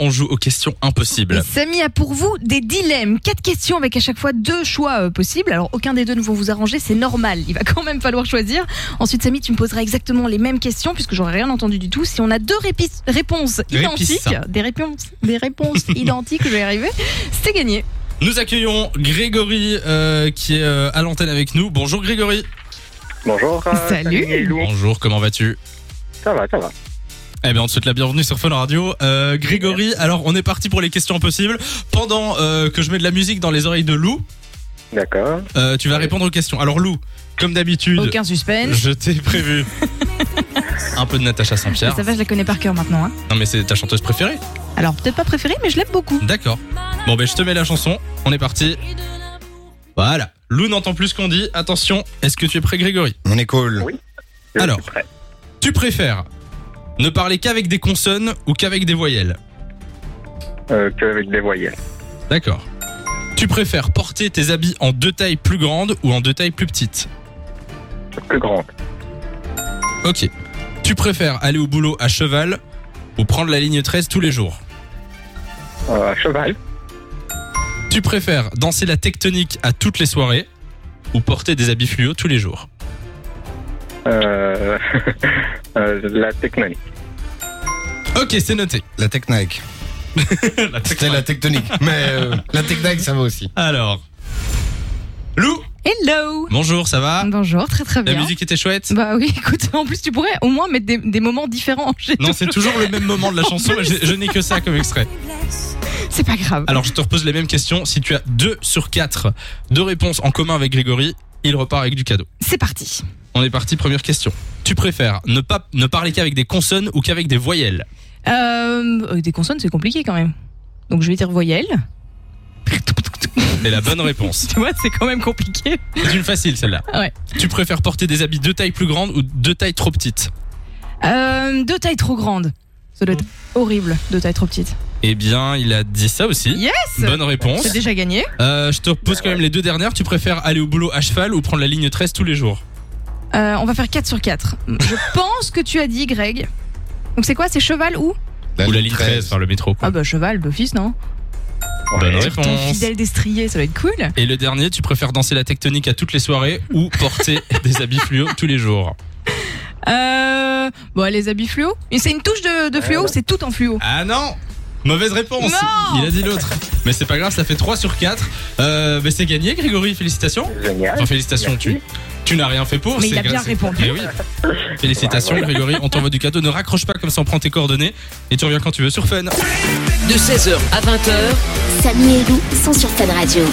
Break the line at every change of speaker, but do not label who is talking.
On joue aux questions impossibles.
Et Samy a pour vous des dilemmes. Quatre questions avec à chaque fois deux choix euh, possibles. Alors aucun des deux ne vont vous arranger, c'est normal. Il va quand même falloir choisir. Ensuite, Samy, tu me poseras exactement les mêmes questions puisque j'aurais rien entendu du tout. Si on a deux répis- réponses
Répices.
identiques, des réponses, des réponses identiques, je vais y arriver, c'est gagné.
Nous accueillons Grégory euh, qui est euh, à l'antenne avec nous. Bonjour Grégory.
Bonjour. euh,
Salut.
Lou.
Bonjour, comment vas-tu
Ça va, ça va.
Eh bien, on te souhaite la bienvenue sur Fun Radio. Euh, Grégory, alors on est parti pour les questions impossibles. Pendant euh, que je mets de la musique dans les oreilles de Lou,
D'accord.
euh, tu vas répondre aux questions. Alors Lou, comme d'habitude,
Aucun suspense.
je t'ai prévu un peu de Natacha Saint-Pierre.
Ça va, je la connais par cœur maintenant. hein.
Non mais c'est ta chanteuse préférée.
Alors peut-être pas préférée, mais je l'aime beaucoup.
D'accord. Bon ben je te mets la chanson. On est parti. Voilà. Lou n'entend plus ce qu'on dit. Attention, est-ce que tu es prêt Grégory
On est cool.
Oui. Je
Alors.
suis prêt.
Tu préfères ne parler qu'avec des consonnes ou qu'avec des voyelles
Euh, que avec des voyelles.
D'accord. Tu préfères porter tes habits en deux tailles plus grandes ou en deux tailles plus petites
Plus grande.
Ok. Tu préfères aller au boulot à cheval ou prendre la ligne 13 tous les jours
Euh, à cheval.
Tu préfères danser la tectonique à toutes les soirées ou porter des habits fluo tous les jours
Euh, euh, la technique.
Ok, c'est noté.
La Technike.
La
C'était la tectonique. Mais euh, la Technike, ça va aussi.
Alors. Lou
Hello
Bonjour, ça va
Bonjour, très très
Ah. La
bien.
musique était chouette
Bah oui, écoute, en plus tu pourrais au moins mettre des, des moments différents. J'ai
Non, c'est
toujours-
toujours le même moment de la chanson, mais je je n'ai que ça comme extrait.
C'est pas grave.
Alors je te repose les mêmes questions. Si tu as 2 sur 4 de réponses en commun avec Grégory, il repart avec du cadeau.
C'est parti.
On est parti, première question. Tu préfères ne, pas, ne parler qu'avec des consonnes ou qu'avec des voyelles
Euh, euh, des consonnes, c'est compliqué quand même. Donc je vais dire voyelle.
C'est la bonne réponse.
Tu vois, c'est quand même compliqué.
C'est une facile celle-là.
Ouais.
Tu préfères porter des habits de taille plus grande ou de taille trop petite
Euh, deux tailles trop grandes. Ça doit être horrible, deux tailles trop petites.
Eh bien, il a dit ça aussi.
Yes
Bonne réponse.
C'est déjà gagné.
Euh, je te repose quand même les deux dernières. Tu préfères aller au boulot à cheval ou prendre la ligne 13 tous les jours
Euh, on va faire 4 sur 4. Je pense que tu as dit, Greg. Donc c'est quoi C'est cheval ou
La
Ou la ligne 13, par le métro. quoi.
Ah bah cheval d'office, non
Bonne
Ton
réponse.
fidèle destrier, ça doit être cool.
Et le dernier, tu préfères danser la tectonique à toutes les soirées ou porter des habits fluo tous les jours
Euh, bon, les habits fluo. Et C'est une touche de, de fluo
Ouais.
ou c'est tout en fluo
Ah non Mauvaise réponse
Non
Il a dit l'autre. Mais c'est pas grave, ça fait 3 sur 4. Euh, mais c'est gagné, Grégory, félicitations.
Génial.
Enfin, félicitations,
Merci.
tu, tu n'as rien fait pour.
Mais il
c'est
a bien
grâce-
répondu.
Mais oui. Félicitations,
Voilà.
Grégory, on t'envoie du cadeau. Ne raccroche pas, comme ça on prend tes coordonnées et tu reviens quand tu veux sur Fun.
de 16h à 20h.
Samy et Lou sont sur Fan Radio.